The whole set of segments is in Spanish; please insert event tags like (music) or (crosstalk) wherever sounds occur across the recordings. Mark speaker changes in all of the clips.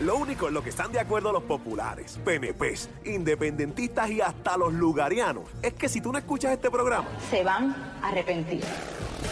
Speaker 1: Lo único en lo que están de acuerdo los populares, PNPs, independentistas y hasta los lugarianos es que si tú no escuchas este programa,
Speaker 2: se van a arrepentir.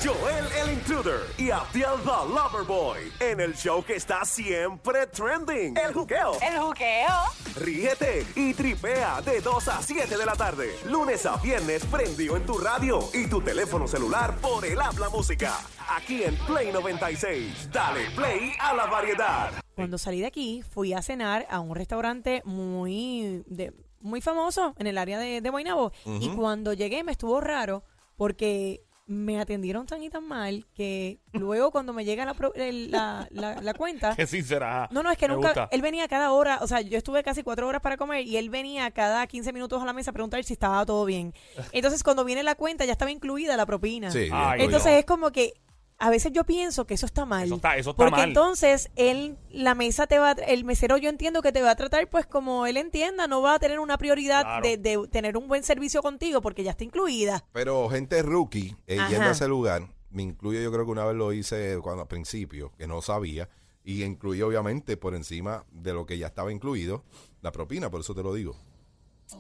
Speaker 1: Joel el Intruder y Abdiel the Loverboy en el show que está siempre trending, El Juqueo.
Speaker 3: El juqueo.
Speaker 1: Ríete y tripea de 2 a 7 de la tarde, lunes a viernes prendido en tu radio y tu teléfono celular por el habla música. Aquí en Play 96, dale play a la variedad.
Speaker 4: Cuando salí de aquí, fui a cenar a un restaurante muy, de- muy famoso en el área de, de Guaynabo. Y cuando llegué me estuvo raro porque me atendieron tan y tan mal
Speaker 5: (laughs)
Speaker 4: que luego cuando me llega la, pro- el- la- la- la cuenta...
Speaker 5: (laughs) Qué sincera.
Speaker 4: No, no, es que
Speaker 5: Me
Speaker 4: nunca...
Speaker 5: gusta.
Speaker 4: Él venía cada hora, o sea, yo estuve casi cuatro horas para comer y él venía cada 15 minutos a la mesa a preguntar si estaba todo
Speaker 5: (laughs)
Speaker 4: bien. Entonces cuando viene la cuenta ya estaba incluida la propina.
Speaker 6: Sí,
Speaker 5: Ay,
Speaker 6: bien.
Speaker 4: Entonces
Speaker 5: no.
Speaker 4: es como que a veces yo pienso que eso está mal.
Speaker 5: Eso está- eso está
Speaker 4: porque
Speaker 5: mal.
Speaker 4: entonces él, la mesa te va, a tra- el mesero yo entiendo que te va a tratar pues como él entienda, no va a tener una prioridad
Speaker 5: Claro.
Speaker 4: de, de tener un buen servicio contigo porque ya está incluida.
Speaker 6: Pero gente rookie, eh,
Speaker 4: Ajá.
Speaker 6: yendo a ese lugar, me incluyo, yo creo que una vez lo hice cuando al principio, que no sabía, y incluí obviamente por encima de lo que ya estaba incluido, la propina, por eso te lo digo.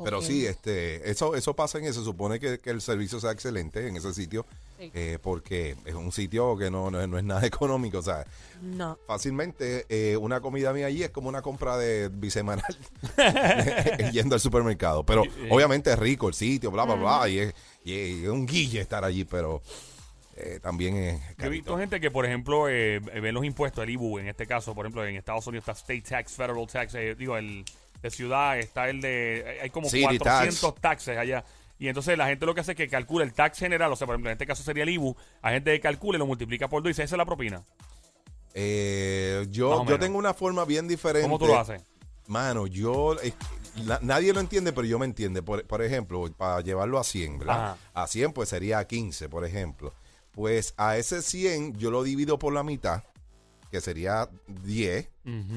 Speaker 6: Pero sí, este, eso, eso pasa en eso, se supone que, que el servicio sea excelente en ese sitio, eh, porque es un sitio que no, no, es- no es nada (laughs) económico, o sea,
Speaker 4: No.
Speaker 6: fácilmente eh, una comida mía allí es como una compra de
Speaker 5: (laughs)
Speaker 6: bisemanal (laughs) yendo al supermercado. Pero obviamente es rico el sitio, bla, bla, bla. Y es, y es un guille estar allí, pero eh, también es
Speaker 5: Yo he visto
Speaker 6: carito.
Speaker 5: gente que, por ejemplo, eh, ven los impuestos, el IBU, en este caso, por ejemplo, en Estados Unidos está State Tax, Federal Tax, eh, digo, el de ciudad, está el de... eh, hay- Hay como
Speaker 6: City tax.
Speaker 5: 400 taxes allá. Y entonces la gente lo que hace es que calcula el tax general, o sea, por ejemplo, en este caso sería el IBU, la gente que calcula y lo multiplica por dos y dice, esa es la propina.
Speaker 6: Eh,
Speaker 5: Más o
Speaker 6: yo, yo
Speaker 5: menos.
Speaker 6: tengo una forma bien diferente.
Speaker 5: ¿Cómo tú lo haces?
Speaker 6: Mano, yo. eh, na- nadie lo entiende, pero yo me entiende. Por, por ejemplo, para llevarlo a 100, ¿verdad?
Speaker 5: Ajá.
Speaker 6: A 100, pues sería a 15, por ejemplo. Pues a ese 100 yo lo divido por la mitad, que sería 10.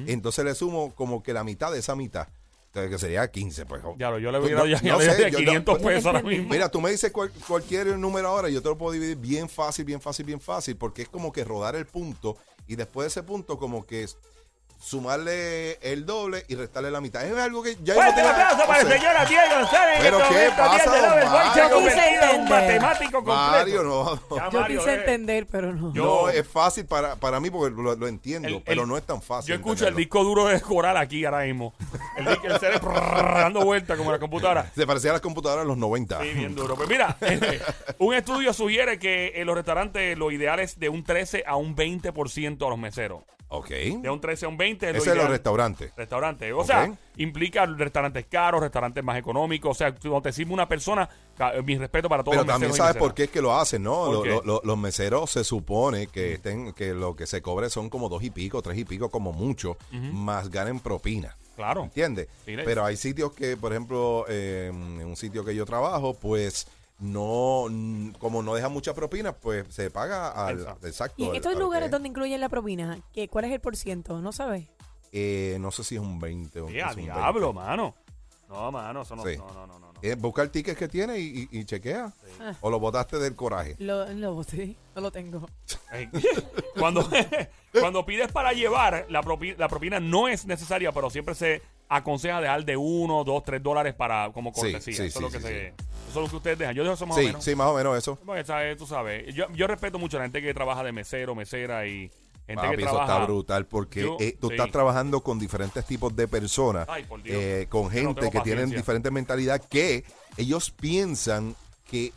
Speaker 6: Entonces le sumo como que la mitad de esa mitad, entonces, que sería 15, pues.
Speaker 5: Ya lo, yo le
Speaker 6: Tú-
Speaker 5: voy a
Speaker 6: no-
Speaker 5: ya- ya
Speaker 6: no pues,
Speaker 5: le
Speaker 6: sé,
Speaker 5: doy
Speaker 6: yo-
Speaker 5: 500
Speaker 6: no-
Speaker 5: pesos ahora mismo.
Speaker 6: Mira, tú me dices cual- cualquier número ahora, yo te lo puedo dividir bien fácil, bien fácil, bien fácil, porque es como que rodar el punto y después de ese punto como que es sumarle el doble y restarle la mitad. Es algo que ya yo
Speaker 5: Fuerte el
Speaker 6: tenía-
Speaker 5: aplauso para el
Speaker 6: no sé.
Speaker 5: señor Adiel González.
Speaker 6: Pero
Speaker 5: en
Speaker 6: ¿qué
Speaker 5: este momento,
Speaker 6: pasa,
Speaker 5: Adiel de
Speaker 6: don
Speaker 5: Loverboy se ha
Speaker 4: Mario?
Speaker 5: convertido en un
Speaker 4: Yo quise entender.
Speaker 5: matemático completo.
Speaker 6: Mario, no.
Speaker 5: Ya,
Speaker 4: Yo
Speaker 5: Mario,
Speaker 4: quise
Speaker 5: eh.
Speaker 4: entender, pero no.
Speaker 5: Yo-
Speaker 6: No, es fácil para, para mí porque lo, lo entiendo,
Speaker 5: El- el-
Speaker 6: pero no es tan fácil.
Speaker 5: Yo escucho el
Speaker 6: entenderlo.
Speaker 5: disco duro de Coral aquí ahora mismo. El, disco- el cerebro (laughs) dando vueltas como la computadora.
Speaker 6: Se parecía a las computadoras de los 90.
Speaker 5: Sí, bien duro. Pues mira, (laughs) eh, un estudio sugiere que en los restaurantes lo ideal es de un 13 a un 20% a los meseros.
Speaker 6: Ok.
Speaker 5: De un 13 a un 20 es lo
Speaker 6: Ese es los
Speaker 5: ideal.
Speaker 6: restaurantes.
Speaker 5: Restaurantes. O
Speaker 6: Ok.
Speaker 5: sea, implica restaurantes caros, restaurantes más económicos. O sea, cuando te sirve una persona, ca- eh, mi respeto para todos
Speaker 6: Pero
Speaker 5: los
Speaker 6: también
Speaker 5: meseros y
Speaker 6: sabes
Speaker 5: meseras.
Speaker 6: por qué es que lo hacen, ¿no?
Speaker 5: ¿Por
Speaker 6: Lo-
Speaker 5: qué? Mm.
Speaker 6: lo- lo- los meseros se supone que estén, que lo que se cobre son como dos y pico, tres y pico, como mucho, más ganen propina.
Speaker 5: Claro.
Speaker 6: ¿Entiendes?
Speaker 5: Sí, le-
Speaker 6: Pero hay sitios que, por ejemplo, eh, en un sitio que yo trabajo, pues no, n- como no deja mucha propina, pues se paga al
Speaker 5: Exacto.
Speaker 6: exacto.
Speaker 4: Y en
Speaker 6: al-
Speaker 4: estos
Speaker 6: al
Speaker 4: lugares
Speaker 6: que-
Speaker 4: donde incluyen la propina, ¿qué, ¿cuál es el por ciento? No sabes.
Speaker 6: eh, no sé si es un 20 o
Speaker 5: Eh, a
Speaker 6: es un 20.
Speaker 5: diablo, mano. No, mano, eso no,
Speaker 6: Sí.
Speaker 5: no, no, no, no, no.
Speaker 6: Eh, busca el ticket que tiene y, y- y chequea.
Speaker 4: Ah.
Speaker 6: O lo botaste del coraje.
Speaker 4: Lo, lo boté, no lo tengo.
Speaker 5: Ey, (laughs) cuando, cuando pides para llevar, la, propi- la propina no es necesaria, pero siempre se aconseja dejar de uno, dos, tres dólares para como
Speaker 6: Sí,
Speaker 5: cortesía.
Speaker 6: sí,
Speaker 5: eso, es
Speaker 6: sí,
Speaker 5: lo que
Speaker 6: sí,
Speaker 5: se- eso es lo que ustedes dejan. Yo dejo eso más o
Speaker 6: Sí,
Speaker 5: menos.
Speaker 6: sí, más o menos eso.
Speaker 5: Bueno, esa es- tú sabes. Yo, yo respeto mucho a la gente que trabaja de mesero, mesera y gente
Speaker 6: Papi,
Speaker 5: que
Speaker 6: eso
Speaker 5: trabaja.
Speaker 6: está brutal porque
Speaker 5: Yo-
Speaker 6: eh, tú
Speaker 5: sí.
Speaker 6: estás trabajando con diferentes tipos de personas,
Speaker 5: Ay, por Dios.
Speaker 6: eh, con
Speaker 5: Yo no
Speaker 6: gente
Speaker 5: tengo
Speaker 6: que tienen
Speaker 5: paciencia.
Speaker 6: diferentes mentalidad que ellos piensan que,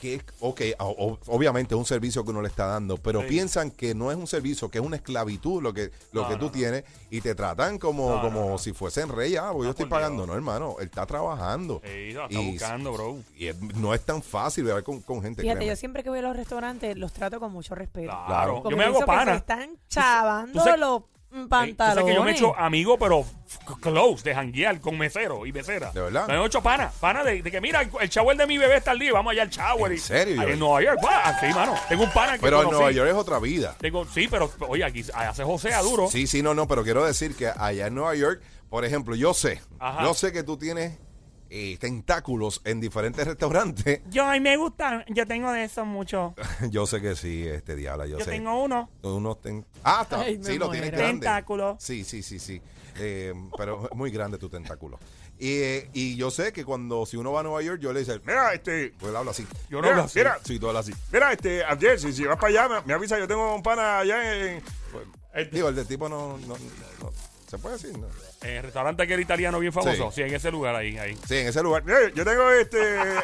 Speaker 6: que ok, o- o- obviamente es un servicio que uno le está dando, pero
Speaker 5: Sí.
Speaker 6: piensan que no es un servicio, que es una esclavitud lo que, lo
Speaker 5: No,
Speaker 6: que
Speaker 5: no,
Speaker 6: tú
Speaker 5: no.
Speaker 6: tienes y te tratan como,
Speaker 5: No, no,
Speaker 6: como
Speaker 5: no.
Speaker 6: si fuesen reyes. Ah, pues yo estoy
Speaker 5: por Dios.
Speaker 6: pagando, no, hermano, él está trabajando.
Speaker 5: Ey, la está
Speaker 6: pues. Y-
Speaker 5: buscando, bro.
Speaker 6: Y es- no es tan fácil ver con, con gente
Speaker 4: Fíjate,
Speaker 6: créeme.
Speaker 4: yo siempre que voy a los restaurantes los trato con mucho respeto.
Speaker 5: Claro.
Speaker 4: Porque
Speaker 5: Yo me
Speaker 4: pienso
Speaker 5: hago
Speaker 4: que
Speaker 5: pana.
Speaker 4: se están chavando
Speaker 5: tú sé-
Speaker 4: los mm,
Speaker 5: Ey, tú sabes
Speaker 4: pantalones.
Speaker 5: que yo me he hecho amigo, pero f- close, de janguear con mesero y mesera.
Speaker 6: ¿De verdad?
Speaker 5: Me he hecho pana, pana de, de que mira, el shower de mi bebé está al día, vamos allá al shower.
Speaker 6: ¿En
Speaker 5: y-
Speaker 6: serio,
Speaker 5: Ay,
Speaker 6: Joel?
Speaker 5: En Nueva York, pa, así, mano. Tengo un pana que
Speaker 6: Pero en
Speaker 5: conocí.
Speaker 6: Nueva York es otra vida.
Speaker 5: Tengo- sí, pero oye, aquí hace José a duro.
Speaker 6: Sí, sí, no, no, pero quiero decir que allá en Nueva York, por ejemplo, yo sé,
Speaker 5: Ajá.
Speaker 6: yo sé que tú tienes eh, tentáculos en diferentes restaurantes. (laughs)
Speaker 5: Yo, a mí me gustan. Yo tengo de esos mucho.
Speaker 6: yo sé que sí, este diablo, yo,
Speaker 5: Yo
Speaker 6: sé.
Speaker 5: tengo uno.
Speaker 6: Unos ten- Ah, está.
Speaker 4: Ay, me
Speaker 6: sí, lo tienes
Speaker 4: muero.
Speaker 6: grande.
Speaker 5: Tentáculo.
Speaker 6: Sí, sí, sí, sí. Eh, pero es muy grande tu tentáculo. Y, eh, y yo sé que cuando si uno va a Nueva York, yo le dice, mira, este. Pues él habla así.
Speaker 3: Yo no
Speaker 6: mira,
Speaker 3: hablo así.
Speaker 6: Mira, sí, tú hablas así.
Speaker 3: Mira, este, Abdiel, si, si vas para allá, me, me avisa, yo tengo un pana allá en... eh,
Speaker 6: Digo, el de tipo no. no- no- ¿Se puede decir? No.
Speaker 5: El restaurante que era italiano bien famoso. Sí.
Speaker 6: Sí.
Speaker 5: en ese lugar ahí. ahí.
Speaker 6: Sí, en ese lugar.
Speaker 3: Mira, yo tengo este,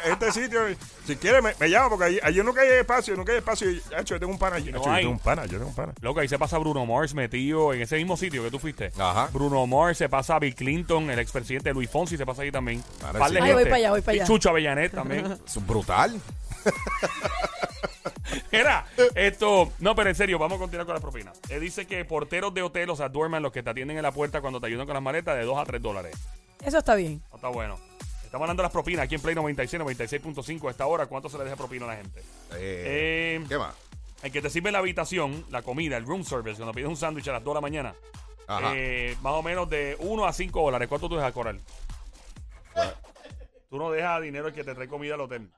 Speaker 3: este sitio, si quieres me, me llama, porque allí, allí nunca hay espacio, nunca hay espacio. Y, acho, yo tengo un pana allí.
Speaker 5: No
Speaker 3: Acho, yo
Speaker 5: hay.
Speaker 3: tengo un pana, yo tengo un pana.
Speaker 5: Loco, ahí se pasa Bruno Mars metido en ese mismo sitio que tú fuiste.
Speaker 6: Ajá.
Speaker 5: Bruno Mars, se pasa Bill Clinton, el expresidente Luis Fonsi, se pasa ahí también.
Speaker 6: Ahora
Speaker 5: Par de
Speaker 6: sí.
Speaker 4: Ay, voy
Speaker 5: gente.
Speaker 4: para allá, voy para
Speaker 5: Y
Speaker 4: allá.
Speaker 5: Chucho
Speaker 4: (laughs)
Speaker 5: Avellanet también.
Speaker 6: Es brutal.
Speaker 5: Era, esto. No, pero en serio, vamos a continuar con las propinas. Él dice que porteros de hotel, o sea, duerman los que te atienden en la puerta cuando te ayudan con las maletas, de 2 a 3 dólares.
Speaker 4: Eso está bien.
Speaker 5: No está bueno. Estamos hablando de las propinas aquí en Play 96, 96.5 a esta hora. ¿Cuánto se le deja propina a la gente?
Speaker 6: Eh,
Speaker 5: Eh,
Speaker 6: ¿Qué más?
Speaker 5: el que te sirve en la habitación, la comida, el room service, cuando pides un sándwich a las 2 de la mañana.
Speaker 6: Ajá.
Speaker 5: eh, más o menos de 1 a 5 dólares. ¿Cuánto tú dejas, Coral? Tú no dejas dinero el que te trae comida al hotel.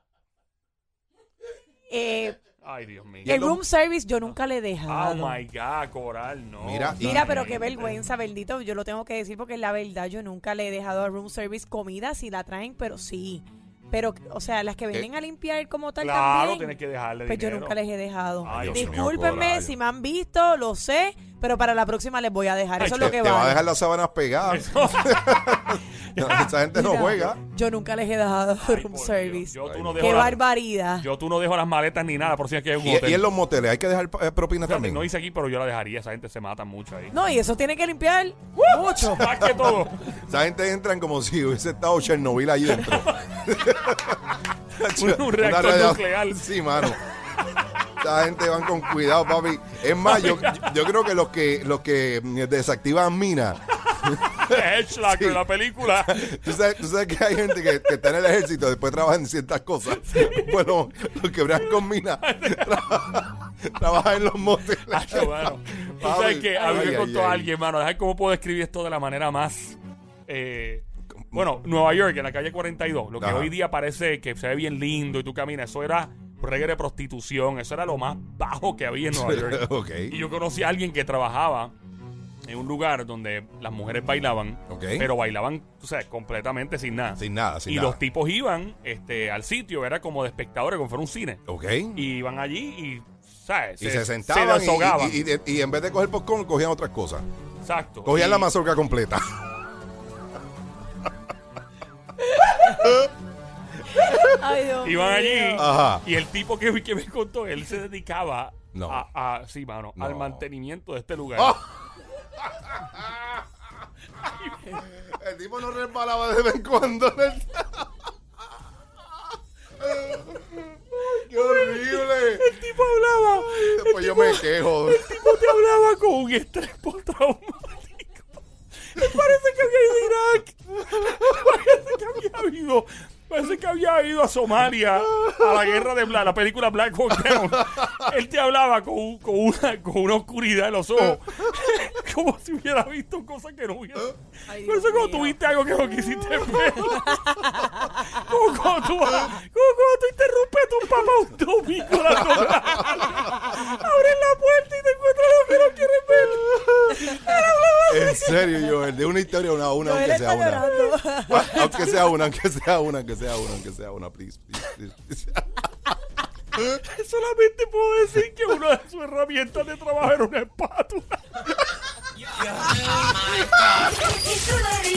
Speaker 4: Eh,
Speaker 5: Ay, Dios mío.
Speaker 4: el room service yo nunca le he dejado.
Speaker 5: Oh my God, Coral, no.
Speaker 6: Mira, y-
Speaker 4: Mira, pero qué vergüenza, bendito. Yo lo tengo que decir porque la verdad yo nunca le he dejado a room service comida si la traen, pero sí. Pero, o sea, las que vienen a limpiar como tal
Speaker 5: Eh, Claro,
Speaker 4: también.
Speaker 5: tienes que dejarle
Speaker 4: Pues yo
Speaker 5: dinero.
Speaker 4: nunca les he dejado.
Speaker 5: Ay, Dios
Speaker 6: mío,
Speaker 4: Discúlpenme
Speaker 6: Coral.
Speaker 4: si me han visto, lo sé, pero para la próxima les voy a dejar.
Speaker 5: Ay,
Speaker 4: Eso es
Speaker 5: te-
Speaker 4: lo que
Speaker 6: te va a
Speaker 4: vale.
Speaker 6: dejar las sábanas pegadas. (laughs) No, esa gente no
Speaker 4: Mira,
Speaker 6: juega.
Speaker 4: Yo nunca les he dejado
Speaker 5: Ay, por
Speaker 4: room
Speaker 5: Dios.
Speaker 4: service.
Speaker 5: Yo, tú no
Speaker 4: qué
Speaker 5: dejo las-
Speaker 4: barbaridad.
Speaker 5: yo tú no dejo las maletas ni nada, por si es que hay un
Speaker 6: Y,
Speaker 5: hotel.
Speaker 6: y en los moteles, hay que dejar eh, propina
Speaker 5: Fíjate,
Speaker 6: también.
Speaker 5: No dice aquí, pero yo la dejaría. Esa gente se mata mucho
Speaker 6: (laughs)
Speaker 5: ahí.
Speaker 4: No, y eso tiene que limpiar
Speaker 5: (laughs)
Speaker 4: mucho.
Speaker 5: Más que todo.
Speaker 6: Esa gente entran como si hubiese estado Chernobyl ahí dentro.
Speaker 5: (laughs)
Speaker 6: (laughs)
Speaker 5: Un- un reactor
Speaker 6: radio-
Speaker 5: nuclear.
Speaker 6: Sí, mano. Esa gente van con cuidado, papi. Es más, yo, yo creo que los que los que desactivan minas.
Speaker 5: Hedgehog
Speaker 6: Sí.
Speaker 5: en la película.
Speaker 6: ¿Tú sabes, tú sabes que hay gente que, que está en el ejército, después trabaja en ciertas cosas. Bueno, los que bregan con minas
Speaker 5: (laughs)
Speaker 6: tra- trabajan en los moteles.
Speaker 5: Hacho, mano.
Speaker 6: (laughs)
Speaker 5: Tú sabes
Speaker 6: Ay,
Speaker 5: que a mí
Speaker 6: ay,
Speaker 5: me contó
Speaker 6: ay.
Speaker 5: alguien, mano. Deja ver cómo puedo escribir esto de la manera más. eh, bueno, Nueva York, en la calle 42. Lo que
Speaker 6: Ajá.
Speaker 5: hoy día parece que se ve bien lindo y tú caminas. Eso era reggae de prostitución. Eso era lo más bajo que había en Nueva York.
Speaker 6: (laughs) Ok.
Speaker 5: Y yo conocí a alguien que trabajaba en un lugar donde las mujeres bailaban,
Speaker 6: Ok.
Speaker 5: pero bailaban, tú sabes, completamente sin nada.
Speaker 6: Sin nada, sin
Speaker 5: y
Speaker 6: nada.
Speaker 5: los tipos iban este, al sitio, era como de espectadores, como fuera un cine.
Speaker 6: Ok. Y,
Speaker 5: Y iban allí y, ¿sabes?
Speaker 6: se, sentaban y-
Speaker 5: deshogaban.
Speaker 6: y, y- y en vez de coger popcorn, cogían otras cosas.
Speaker 5: Exacto.
Speaker 6: Cogían
Speaker 5: Y-
Speaker 6: la
Speaker 5: (laughs)
Speaker 6: mazorca completa.
Speaker 4: Ay, Dios
Speaker 5: Iban allí
Speaker 4: mío.
Speaker 6: Ajá.
Speaker 5: y el tipo que, que me contó, él se dedicaba
Speaker 6: No.
Speaker 5: a, a- sí, mano, al
Speaker 6: No. Ah.
Speaker 5: mantenimiento de este lugar.
Speaker 6: El tipo no resbalaba de vez en cuando. en el- (laughs) ¡Qué horrible!
Speaker 5: El tipo hablaba.
Speaker 6: Después Pues yo me quejo.
Speaker 5: tipo te hablaba con un estrés postraumático. Parece que había ido a Irak. Parece que había ido. Parece que había ido a Somalia, a la guerra de Bla- la película Black Hawk Down. Él te hablaba con, un- con una, con una oscuridad en los ojos, como si hubiera visto cosas que no hubiera.
Speaker 4: Ay,
Speaker 5: Por eso
Speaker 4: Dios
Speaker 5: cuando
Speaker 4: mío.
Speaker 5: tuviste algo que no quisiste ver. Como cuando tú, como cuando tú interrumpes a tu papá un domingo a la Abres la puerta y te encuentras lo que no quieres ver.
Speaker 6: En serio, Joel, de una historia una, una,
Speaker 4: Joel
Speaker 6: aunque sea
Speaker 4: está
Speaker 6: una.
Speaker 4: llorando.
Speaker 6: Aunque sea una, aunque sea una, aunque sea una, aunque sea una, please, please, please, please.
Speaker 5: Solamente puedo decir que una de sus herramientas de trabajo era una espátula.
Speaker 7: El titulares